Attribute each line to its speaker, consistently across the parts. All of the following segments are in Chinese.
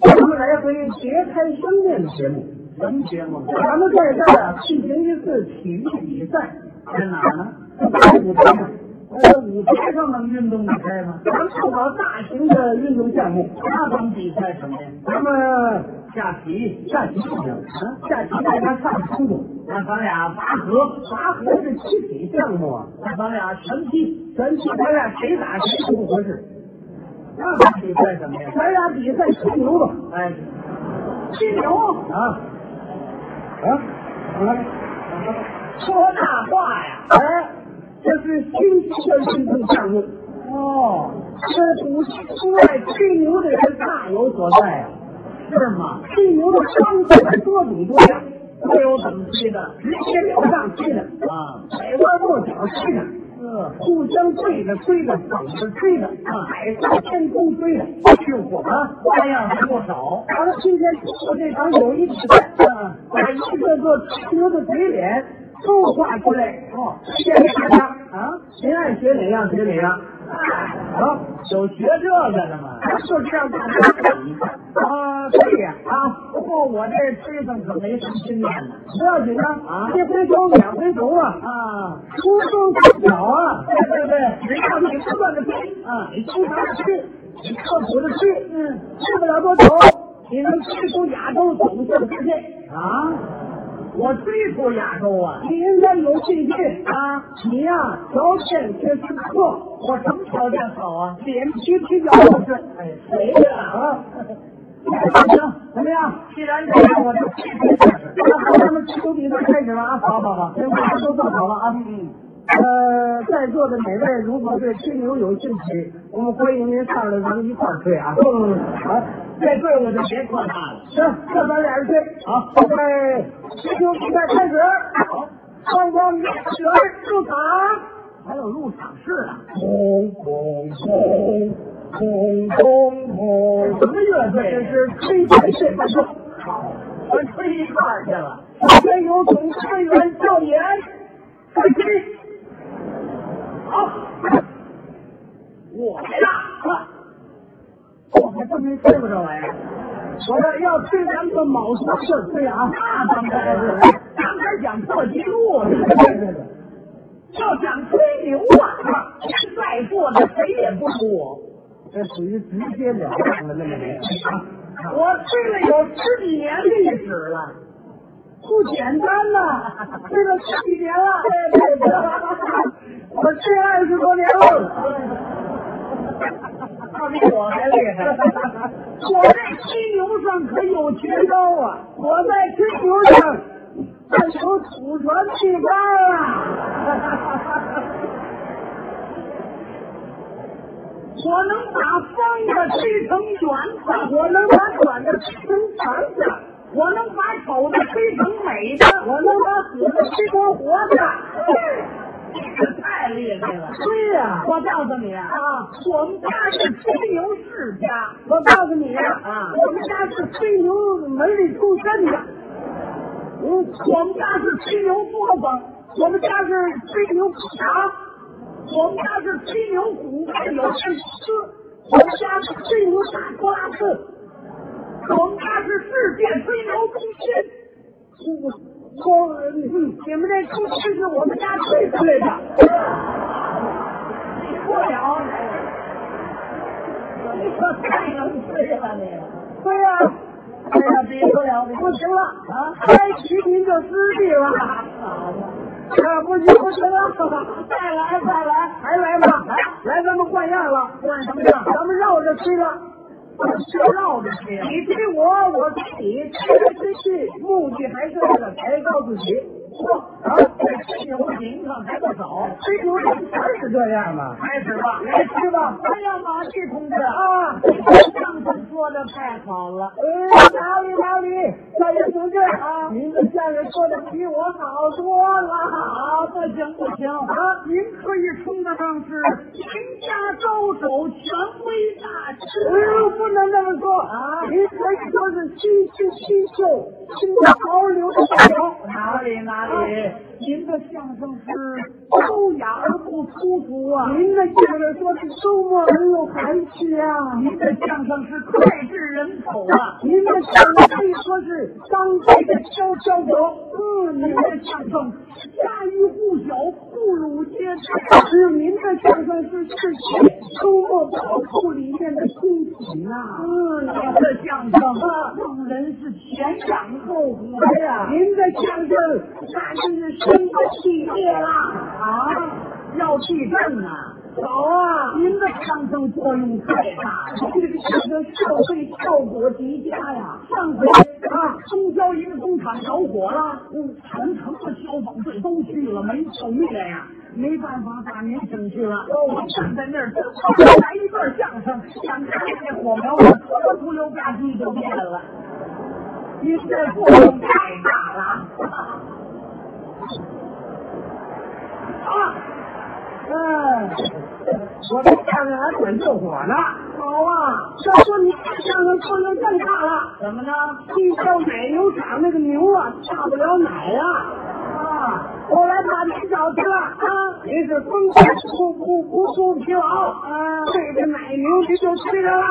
Speaker 1: 咱们来回别开生面的节目，
Speaker 2: 什么节目？
Speaker 1: 咱们在这儿啊进行一次体育比赛，
Speaker 2: 在哪儿呢？
Speaker 1: 在舞台上，
Speaker 2: 在舞台上能运动得开吗？
Speaker 1: 咱们做好大型的运动项目，
Speaker 2: 那咱们比赛什么呀？
Speaker 1: 咱们
Speaker 2: 下棋，
Speaker 1: 下棋不行，下棋大家看不清楚，
Speaker 2: 那咱俩拔河，
Speaker 1: 拔河是集体项目啊，
Speaker 2: 那咱俩全踢，
Speaker 1: 咱咱俩谁打谁都不合适，
Speaker 2: 那咱比赛什么呀？
Speaker 1: 咱俩比赛吹牛吧，
Speaker 2: 哎，
Speaker 1: 吹牛
Speaker 2: 啊
Speaker 1: 啊，
Speaker 2: 说大话呀！
Speaker 1: 哎，这是新型的运动项目。
Speaker 2: 哦，
Speaker 1: 这古今中外吹牛的人大有所在啊！
Speaker 2: 是吗？
Speaker 1: 吹牛的方法多种多样，
Speaker 2: 这有怎么踢的？
Speaker 1: 直截了当吹的，
Speaker 2: 啊，
Speaker 1: 拐弯抹角吹的，
Speaker 2: 是
Speaker 1: 互相对着吹的，反着吹的，
Speaker 2: 啊
Speaker 1: 海上天空吹的。哎
Speaker 2: 去火啊，花样还不少。
Speaker 1: 咱哎们今天通过这场友谊比赛，
Speaker 2: 嗯，
Speaker 1: 把一个个吹牛的嘴脸都画出来，
Speaker 2: 哦，
Speaker 1: 献给大家。
Speaker 2: 啊，
Speaker 1: 您爱学哪样学哪样啊！
Speaker 2: 有学这个的吗？
Speaker 1: 就这样大家看一看。
Speaker 2: 啊，对呀，啊，不过我这吹上可没什么经验呢。
Speaker 1: 不要紧张
Speaker 2: 啊
Speaker 1: 一回头两回头啊，
Speaker 2: 啊，
Speaker 1: 出生大小啊，
Speaker 2: 对对对，
Speaker 1: 只要你不断的吹，
Speaker 2: 啊，
Speaker 1: 你经常的吹，你刻苦的吹，
Speaker 2: 嗯，
Speaker 1: 吹不了多久，你能吹出亚洲总胜世界，
Speaker 2: 啊，我追出亚洲啊！
Speaker 1: 你应该有信心。
Speaker 2: 啊，
Speaker 1: 你呀、条件确实不错，
Speaker 2: 我什么条件好啊？
Speaker 1: 脸皮比较厚实，
Speaker 2: 哎，
Speaker 1: 谁呀、啊？
Speaker 2: 行，
Speaker 1: 怎么样？
Speaker 2: 既然这样，我就去试
Speaker 1: 那好，咱们踢球比赛开始了啊！
Speaker 2: 好好好，
Speaker 1: 这大家都做好了啊！
Speaker 2: 嗯，
Speaker 1: 呃，在座的每位如果对吹牛有兴趣，我们欢迎您上来，咱们一块儿吹啊！嗯，好，
Speaker 2: 这队伍就别扩大了。
Speaker 1: 行，那咱俩人吹，
Speaker 2: 好
Speaker 1: 预备，吹牛比赛开始，好，双方一起来入场，
Speaker 2: 还有入场式啊？
Speaker 1: 轰轰轰轰轰轰
Speaker 2: 什么乐
Speaker 1: 这
Speaker 2: 队？
Speaker 1: 是吹彩训练社，
Speaker 2: 好，我吹一块儿去了。
Speaker 1: 先由总队员教演，开始，
Speaker 2: 好，我来了。我还真没吹过这玩意儿。
Speaker 1: 我要要吹咱们的卯足劲儿吹啊！
Speaker 2: 那当然是，刚才想破纪录呢，要想吹牛啊，在座的谁也不如我。
Speaker 1: 这属于直接了当的那么点啊！
Speaker 2: 我吹了有十几年历史了，
Speaker 1: 不简单呐、这个十几年了， 我这二十多年了，
Speaker 2: 他比我还厉害。
Speaker 1: 我在吹牛上可有绝招啊！我在吹牛上可有祖传秘方啊！
Speaker 2: 我能把方的吹成圆的，
Speaker 1: 我能把短的吹成长的，
Speaker 2: 我能把丑的吹成美的，
Speaker 1: 我能把死的吹成活的。
Speaker 2: 这太厉害了。
Speaker 1: 对呀、
Speaker 2: 我告诉你啊，
Speaker 1: 啊！
Speaker 2: 我们家是吹牛世家，
Speaker 1: 我告诉你
Speaker 2: 啊
Speaker 1: 哎我们家是吹牛门里出身的，
Speaker 2: 嗯，我们家是吹牛作坊，
Speaker 1: 我们家是吹牛苦茶，
Speaker 2: 我们家是吹牛股份有限公司，
Speaker 1: 我们家是吹牛大托拉斯，
Speaker 2: 我们家是世界吹牛中心。
Speaker 1: 我我嗯，你们这出身是我们家吹出来的，
Speaker 2: 不了，你可太能吹了你！
Speaker 1: 对呀、
Speaker 2: 哎呀，比不了你！
Speaker 1: 不行了
Speaker 2: 啊
Speaker 1: 开局您就失利了，啊，不行不行了，
Speaker 2: 再来再来，
Speaker 1: 还来吗？啊来，咱们换样了，
Speaker 2: 换什么样
Speaker 1: 咱们绕着吹了。
Speaker 2: 就绕着吹啊！
Speaker 1: 你追我，我追你，追来追去，目的还是为了抬高自己。
Speaker 2: 啊，这吹牛名堂还不少。
Speaker 1: 追求人全是这样嘛？
Speaker 2: 开始吧，
Speaker 1: 来吃吧。
Speaker 2: 哎呀，马旭同志啊，
Speaker 1: 啊，
Speaker 2: 相声说的太好了，
Speaker 1: 呃，哪里哪里，少爷同志
Speaker 2: 啊
Speaker 1: 您的相声说的比我好多了。
Speaker 2: 好，不行不行啊！您可以充得上是名家高手、权威大师。哎
Speaker 1: 呃，不能那么说
Speaker 2: 啊
Speaker 1: 您可以
Speaker 2: 说是七七七秀，新的潮流的代表。
Speaker 1: 哪里哪里，
Speaker 2: 您的相声是优雅而不粗俗啊！您的相声说是幽默而又含蓄啊！
Speaker 1: 您的相声是脍炙人口啊！
Speaker 2: 您的相声可以说是当代的佼佼者。嗯，您的相声家喻户晓，妇孺皆知。是您的相声是世界幽默宝库里面的精品呐、
Speaker 1: 嗯，您的相声让人是前仰后合呀！
Speaker 2: 您的相声那真是身不系列啦！
Speaker 1: 啊，要地震啊！
Speaker 2: 好啊，
Speaker 1: 您的相声作用太大了，
Speaker 2: 这个相声效对效果极佳呀！
Speaker 1: 上回啊，中交一个工厂着火了，嗯，全城的消防队都去了，没救灭呀，没办法把您整去了。我站在那儿，来一段相声，想看这火苗子，我不溜吧唧就灭了。您这作用太大了啊！
Speaker 2: 嗯，
Speaker 1: 我这相声还管救火呢，
Speaker 2: 好啊，要说你相声作用更大了。
Speaker 1: 怎么呢？
Speaker 2: 地窖奶牛场那个牛啊，下不了奶啊。
Speaker 1: 啊，
Speaker 2: 后来把您找去了啊，您是光棍不不不出疲劳啊，对着奶牛您就吹着啦，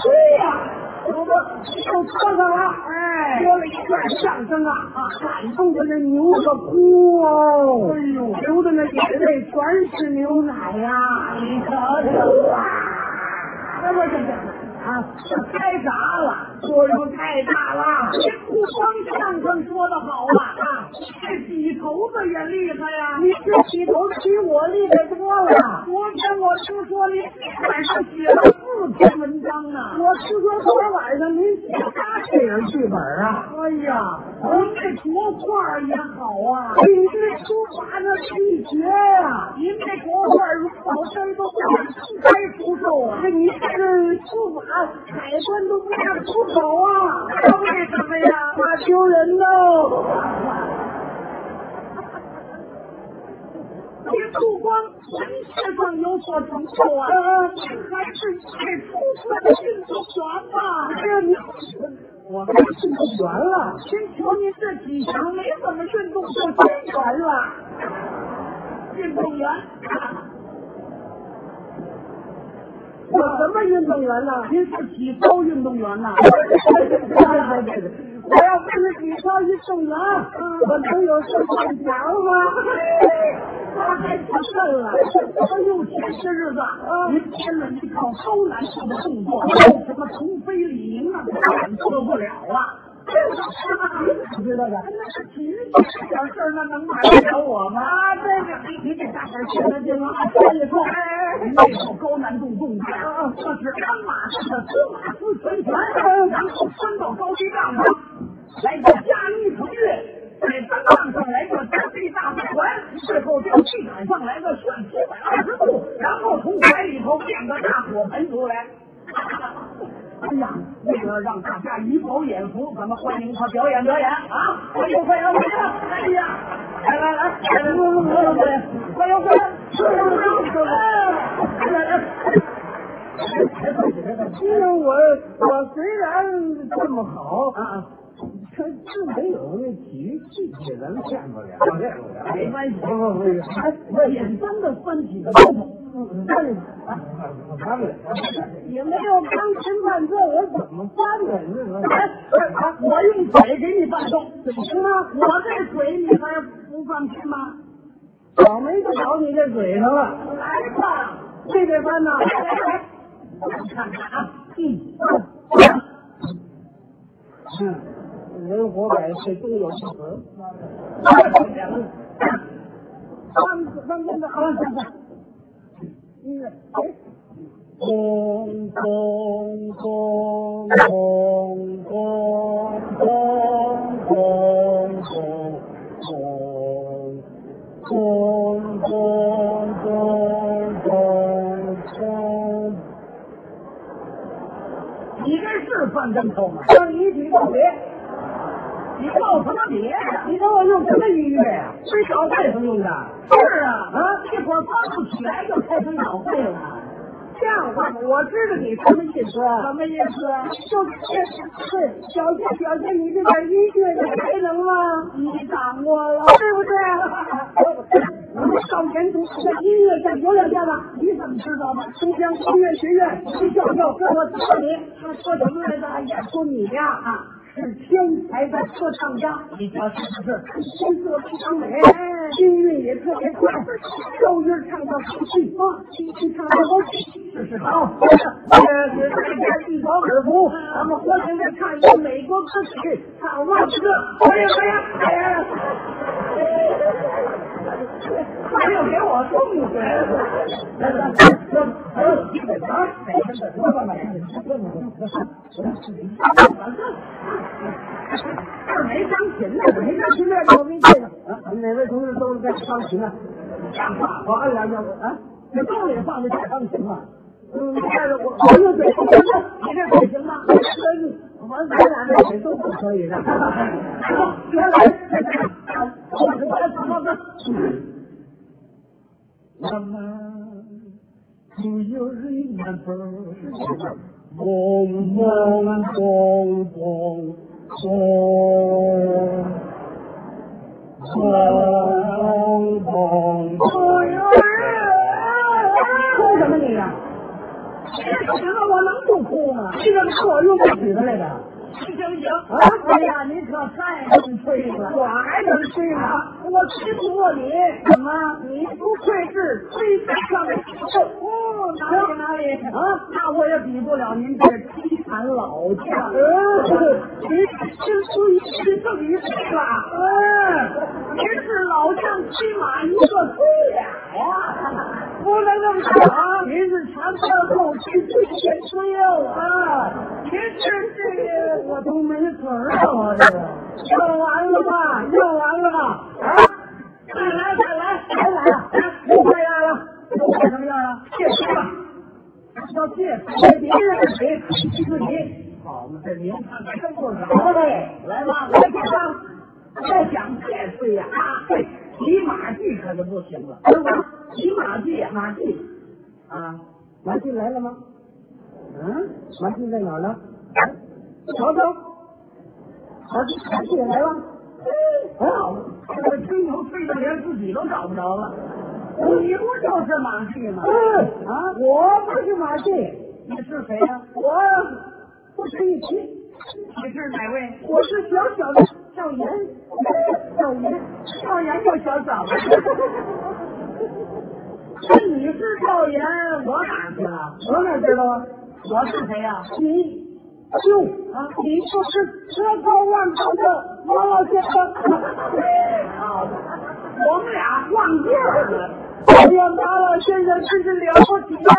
Speaker 2: 吹呀、我们就磕上了，
Speaker 1: 哎
Speaker 2: 说了一段相声啊，啊感动的那牛可哭哦，
Speaker 1: 哎呦
Speaker 2: 流的那眼泪全是牛奶呀、
Speaker 1: 你瞧瞧啊，
Speaker 2: 那么这这。
Speaker 1: 啊，这开闸了。
Speaker 2: 作用太大了，
Speaker 1: 这不光相声说的好啊，啊，这笔头子也厉害呀、
Speaker 2: 你这洗头比我厉害多了。
Speaker 1: 昨天我听说你晚上写了四篇文章呢。
Speaker 2: 我听说昨天晚上您写八这人剧本啊，
Speaker 1: 哎呀，您这国画也好啊，
Speaker 2: 哎你这书法的气绝呀、
Speaker 1: 您这国画如宝山都公开出售啊
Speaker 2: 这。哎你这个书法海关都不让出口啊，
Speaker 1: 哎为什么呀？
Speaker 2: 怕丢 人喽。
Speaker 1: 您不光文学上有所成就啊，
Speaker 2: 嗯
Speaker 1: 您还是这出色的运动员吧？
Speaker 2: 这哎你我还是不悬了，
Speaker 1: 听说您这几场没怎么运动就真员了，运动员。啊
Speaker 2: 我什么运动员呢？
Speaker 1: 您是体操运动员 呐、
Speaker 2: 我要不是体操运动员，我能有这么强吗？
Speaker 1: 那还不算了。这六天些日子，您编了一套高难度的动作，什么腾飞李宁啊，感做不了啊。
Speaker 2: 你知道的。
Speaker 1: 那是体育小事儿，那能瞒得了我吗？
Speaker 2: 啊，对了，
Speaker 1: 你给大伙儿听听啊，说一说。那套高难度动作，那是鞍马式的司马斯拳拳，然后翻到高低杠上，来个加一腾跃。在单杠上来个单臂大回环，最后掉地板上来个旋七百二十度，然后从怀里头变个大火盆出来。哎呀，为了让大家以饱眼福，咱们欢迎他表演表演啊！欢迎欢迎欢迎！哎呀，来来来，来来来来来来，欢迎欢迎！是是是，来来来。
Speaker 2: 其实我我虽然这么好啊，可是没有那体育气节，咱们见不了，见不了
Speaker 1: 没关系
Speaker 2: 不不不，哎，
Speaker 1: 我简单的翻几个动作，
Speaker 2: 他们也没有钢琴伴奏，我怎么翻的？你说
Speaker 1: 哎我用嘴给你伴奏，
Speaker 2: 行吗？
Speaker 1: 我这嘴你还不放心吗？
Speaker 2: 倒霉就倒你这嘴上了，
Speaker 1: 来吧，
Speaker 2: 这得翻呐。
Speaker 1: 来来来，我看看啊，嗯，
Speaker 2: 嗯，人活百岁终有一死。上上边的好，上上。嗯，哎。咚咚咚咚咚咚咚咚咚。咚咚咚咚咚咚咚咚咚咚咚咚咚咚咚咚咚咚咚咚咚
Speaker 1: 你这是翻跟头吗？
Speaker 2: 让你一起告别，
Speaker 1: 你告什么别呀？
Speaker 2: 你让我用什么音乐呀？吹小会上用的。
Speaker 1: 是啊，啊，一会儿翻不起来就开始脑会了。像话吗？我知道你什么意思，
Speaker 2: 什么意思？
Speaker 1: 就是对，表现表现你这点音乐的才能吗？
Speaker 2: 你掌握了。
Speaker 1: 是不是？我们少年读书在音乐上有两下吧？
Speaker 2: 你怎么知道的？
Speaker 1: 中央音乐学院徐教授跟我说你，
Speaker 2: 他说什么来着？
Speaker 1: 也说你哎呀啊，是天才的歌唱家，
Speaker 2: 你瞧是不是？
Speaker 1: 音色非常美，音韵也特别快，高音唱到口气发，低音唱到高气。
Speaker 2: 是啊是
Speaker 1: 好，呃，给大家一饱耳福，咱们活前再唱一个美国歌曲《唱忘情歌》。哎呀哎呀哎呀！
Speaker 2: 他又给我送回来了。这儿没钢琴呢，没钢琴呢，我没这个。
Speaker 1: 哪位同志都是在唱琴呢？
Speaker 2: 像话
Speaker 1: 我按两下我啊，
Speaker 2: 这兜里放的大钢琴吗？
Speaker 1: 嗯，但是我我这嘴不行了，
Speaker 2: 你这可行吗？
Speaker 1: 可以，我咱俩这嘴都不可以的。
Speaker 2: 原来，我是干什么的？
Speaker 3: Mama, do you remember? Bong, bong, bong, bong, bong. Bong, bong, bong.
Speaker 1: 哭什么你呀、
Speaker 2: 这什么？我能不哭吗？
Speaker 1: 这个拿我用不起的来着。
Speaker 2: 行行行，哎呀，你可太能吹了。
Speaker 1: 我还能吹呢，我吹不过你。
Speaker 2: 怎么？
Speaker 1: 你不愧是吹得上的
Speaker 2: 哦，哪里哪里啊？那我也比不了您这凄惨老将。
Speaker 1: 嗯，您真出一是这么一句吧？
Speaker 2: 嗯，您是老将骑马一个推俩呀，
Speaker 1: 不能这么讲，
Speaker 2: 您是长枪后去最先吹啊，
Speaker 1: 您是这个，
Speaker 2: 我都没词儿了，我这个。
Speaker 1: 要完了吧？要完了吧？
Speaker 2: 啊，再来再来再来啊！
Speaker 1: 不这样了，
Speaker 2: 又变什么样了？
Speaker 1: 谢谢吧。
Speaker 2: 要借谁？
Speaker 1: 别人是谁？是自己。
Speaker 2: 好嘛，这您看看真不少。
Speaker 1: 对，
Speaker 2: 来吧，来吧，要想借岁呀，对，骑马技可就不行了。
Speaker 1: 等会儿
Speaker 2: 骑马技，马技
Speaker 1: 啊，马进来了吗？
Speaker 2: 啊
Speaker 1: 嗯，马进在哪儿呢？瞧瞧，马进马进来了。很
Speaker 2: 哦
Speaker 1: 好，
Speaker 2: 这个吹牛吹的连自己都找不着了。哎你不就是马戏吗？
Speaker 1: 嗯啊，我不是马进，
Speaker 2: 你是谁呀、
Speaker 1: 我不是一匹，
Speaker 2: 你是哪位？
Speaker 1: 我是小小的赵岩，赵岩，
Speaker 2: 赵岩又小枣。那你是赵岩，我哪儿去了？
Speaker 1: 我哪知道啊？
Speaker 2: 我是谁呀、
Speaker 1: 你就啊，你就是德高望重的王老先生。
Speaker 2: 啊？我们俩换个儿了。
Speaker 1: 哎呀，马老先生真是了不起呀！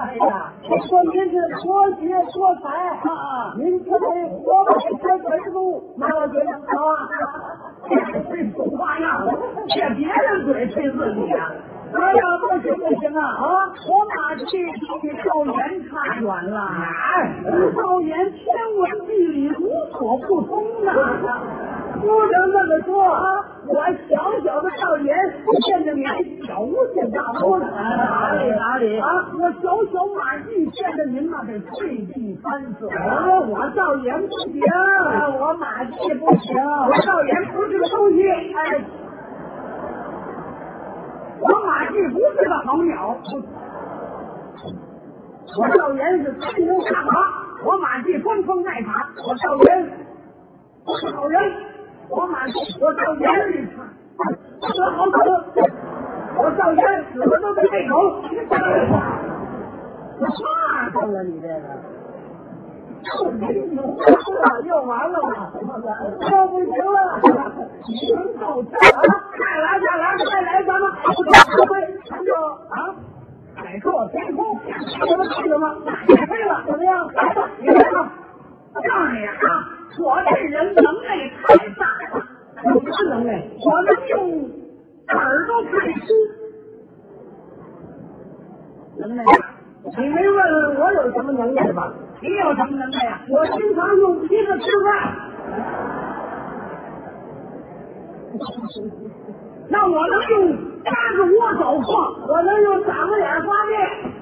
Speaker 2: 哎呀，
Speaker 1: 我说您是博学多才，
Speaker 2: 啊，
Speaker 1: 您这位活埋开本书，马老先生
Speaker 2: 啊，这吹出花样了，借别人嘴吹自己呀、
Speaker 1: 哎呀，不行不行啊！
Speaker 2: 啊！我马戏比赵岩差远了，哎赵岩天文地理无所不通啊！
Speaker 1: 不能这么说啊！
Speaker 2: 我小小的赵岩，见着你还小巫见大巫呢。哪里哪里啊！我小小马戏见着您那得退避三舍。
Speaker 1: 啊，我赵岩不行，
Speaker 2: 啊，我马戏不行，
Speaker 1: 我赵岩不是个东西。
Speaker 2: 哎，我马戏不是个好鸟。我赵岩是三牛下马，我马季装疯卖傻，我赵岩不是好人，我马季我赵岩死好死，我赵岩死了都得喂狗，我骂上了你这个，臭贫奴，又完了吧？
Speaker 1: 要不行了，
Speaker 2: 行够呛
Speaker 1: 啊！
Speaker 2: 啊！
Speaker 1: 再来再来再来，咱们不会，咱就啊，
Speaker 2: 海阔天空，
Speaker 1: 咱们去了吗？
Speaker 2: 飞了。
Speaker 1: 怎么样？
Speaker 2: 来吧，你来吧。告诉你啊，我这人能耐太大了，
Speaker 1: 有什么能耐？
Speaker 2: 我能用耳朵看书。能耐大，
Speaker 1: 你没问我有什么能耐吧？
Speaker 2: 你有什么能耐呀、
Speaker 1: 我经常用鼻子吃饭，
Speaker 2: 那我能用扎着窝走矿，
Speaker 1: 我能用嗓子眼儿发电。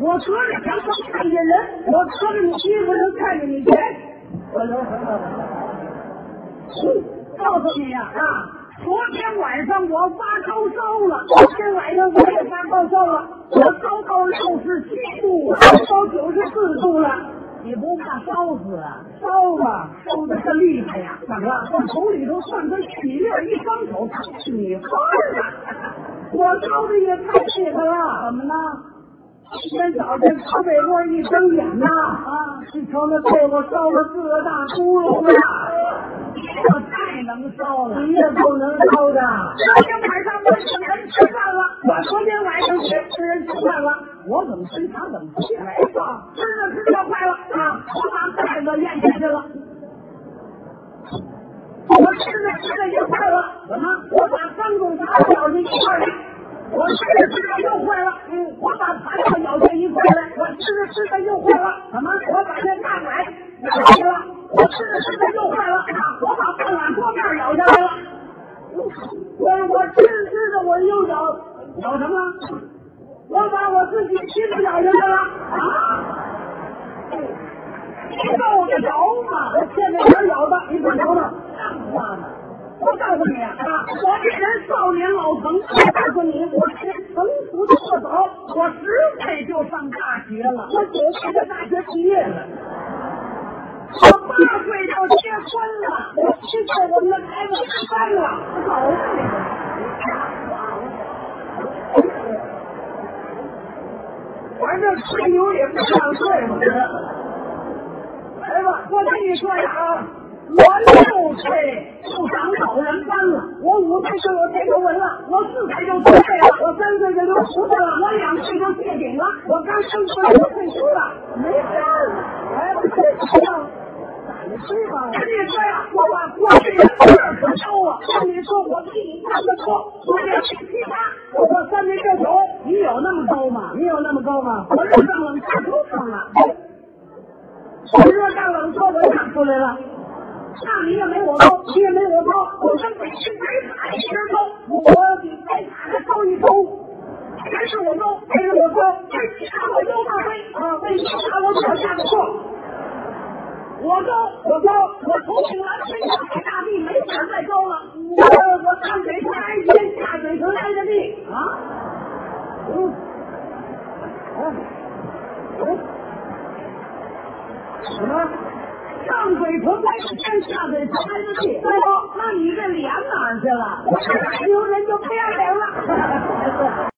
Speaker 1: 我隔着墙上看见人，我隔着你衣服能看见你钱。告诉你呀啊，昨天晚上我发高烧了，昨天晚上我也发高烧了，我烧到六十七度，烧九十四度了。
Speaker 2: 你不怕烧死啊？
Speaker 1: 烧吧，烧的这厉害呀！怎么了？我手里头攥根玉米粒儿，一双手，你花儿啊！我烧的也太厉害了。
Speaker 2: 怎么了？
Speaker 1: 今天早晨朝被窝一睁眼呐，啊，一瞧那被窝烧了四个大窟窿啊！
Speaker 2: 这太能烧了！
Speaker 1: 你也不能烧的。昨天晚上我请人吃饭了，我昨天晚上也请人吃饭了，
Speaker 2: 我怎么吃他怎么不起来？
Speaker 1: 没错，吃着吃着坏了啊，我把袋子咽下去了。我吃着吃着就坏了，怎么？我把三种茶咬进一块儿来，我吃着吃着又坏了，嗯，我把盘子咬进一块儿来，我吃着吃着又坏了，怎么？我把那大奶咬下去了，我吃着吃着又坏了，啊我把半碗锅面咬下来了，我我吃着吃着我又咬咬什么？我把我自己鼻子咬下来了啊！你够得着吗？我现在哪咬的？你管着吗？我告诉你啊，我这人少年老成，我告诉你，我这人成熟的过早，我十岁就上大学了，我九岁就大学毕业了。我八岁就结婚了，我七岁我们孩子十三了，好嘛你！反正吹牛也不上岁数。来吧，我跟你说呀啊，我六岁就长老人班了，我五岁就有抬头纹了，我四岁就驼背了，我三岁就留胡子了，我两岁就谢顶了，我刚升出来就退休了，没事儿了。哎，我这样。
Speaker 2: 是吧？
Speaker 1: 跟你说呀，我把过去的事儿可收了。跟你说，我比你干得多，我这是批发，我这三年这头，
Speaker 2: 你有那么高吗？你有那么高吗？
Speaker 1: 我热胀冷缩都成了。我热胀冷缩我长出来了，那你也没我高，你也没我高，我跟北京白塔一人高，我比白塔还高一头。还是我高，还是我高，为你打我腰大飞啊，为你打我脚下的错。我高，我高，我头顶蓝天下海大地，没法儿再高了。我我上水城挨天，下水城挨着地啊。嗯，嗯，什么？上水城挨着天，下水城挨着地。对不？哦
Speaker 2: 那你这脸哪儿去了？
Speaker 1: 我是大牛人就不要脸了。